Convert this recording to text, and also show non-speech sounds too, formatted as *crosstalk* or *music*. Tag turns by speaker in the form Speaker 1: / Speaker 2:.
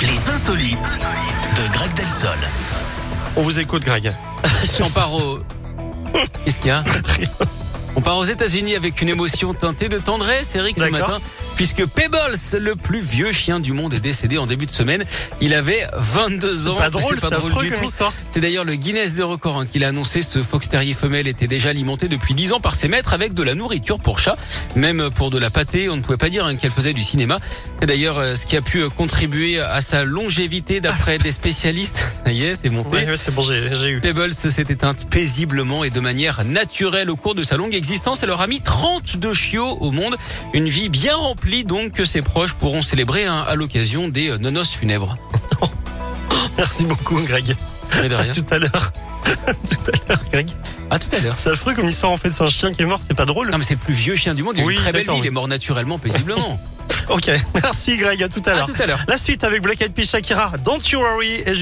Speaker 1: Les insolites de Greg Delsol.
Speaker 2: On vous écoute, Greg.
Speaker 3: Si on part au... Qu'est-ce qu'il y a On part aux États-Unis avec une émotion teintée de tendresse, Eric, ce
Speaker 2: D'accord.
Speaker 3: matin, puisque Pebbles, le plus vieux chien du monde, est décédé en début de semaine. Il avait 22 ans.
Speaker 2: Pas drôle,
Speaker 3: C'est
Speaker 2: c'est
Speaker 3: pas
Speaker 2: affreux
Speaker 3: du
Speaker 2: comme
Speaker 3: tout.
Speaker 2: histoire.
Speaker 3: C'est d'ailleurs le Guinness des records hein, qu'il a annoncé. Ce fox terrier femelle était déjà alimenté depuis 10 ans par ses maîtres avec de la nourriture pour chat, même pour de la pâtée. On ne pouvait pas dire hein, qu'elle faisait du cinéma. C'est d'ailleurs euh, ce qui a pu euh, contribuer à sa longévité d'après des spécialistes. *laughs* Ça y est, c'est monté.
Speaker 2: Ouais, ouais, c'est bon, j'ai
Speaker 3: *laughs*
Speaker 2: j'ai eu.
Speaker 3: Pebbles s'est éteinte paisiblement et de manière naturelle au cours de sa longue existence. Elle aura mis 32 chiots au monde. Une vie bien remplie donc que ses proches pourront célébrer hein, à l'occasion des euh, nonos funèbres.
Speaker 2: Merci beaucoup, Greg.
Speaker 3: Mais de
Speaker 2: À *laughs*
Speaker 3: rien.
Speaker 2: tout à l'heure. À tout à l'heure, Greg.
Speaker 3: À tout à l'heure.
Speaker 2: C'est affreux comme histoire, en fait. C'est un chien qui est mort, c'est pas drôle.
Speaker 3: Non mais c'est le plus vieux chien du monde, il a eu
Speaker 2: Oui,
Speaker 3: une très belle vie,
Speaker 2: d'accord,
Speaker 3: il est mort naturellement, paisiblement.
Speaker 2: Ok, *laughs* merci, Greg. À tout à
Speaker 3: à
Speaker 2: l'heure.
Speaker 3: tout *laughs* Ah. à l'heure.
Speaker 2: La suite avec Black Eyed Peas Shakira. Don't you worry. Et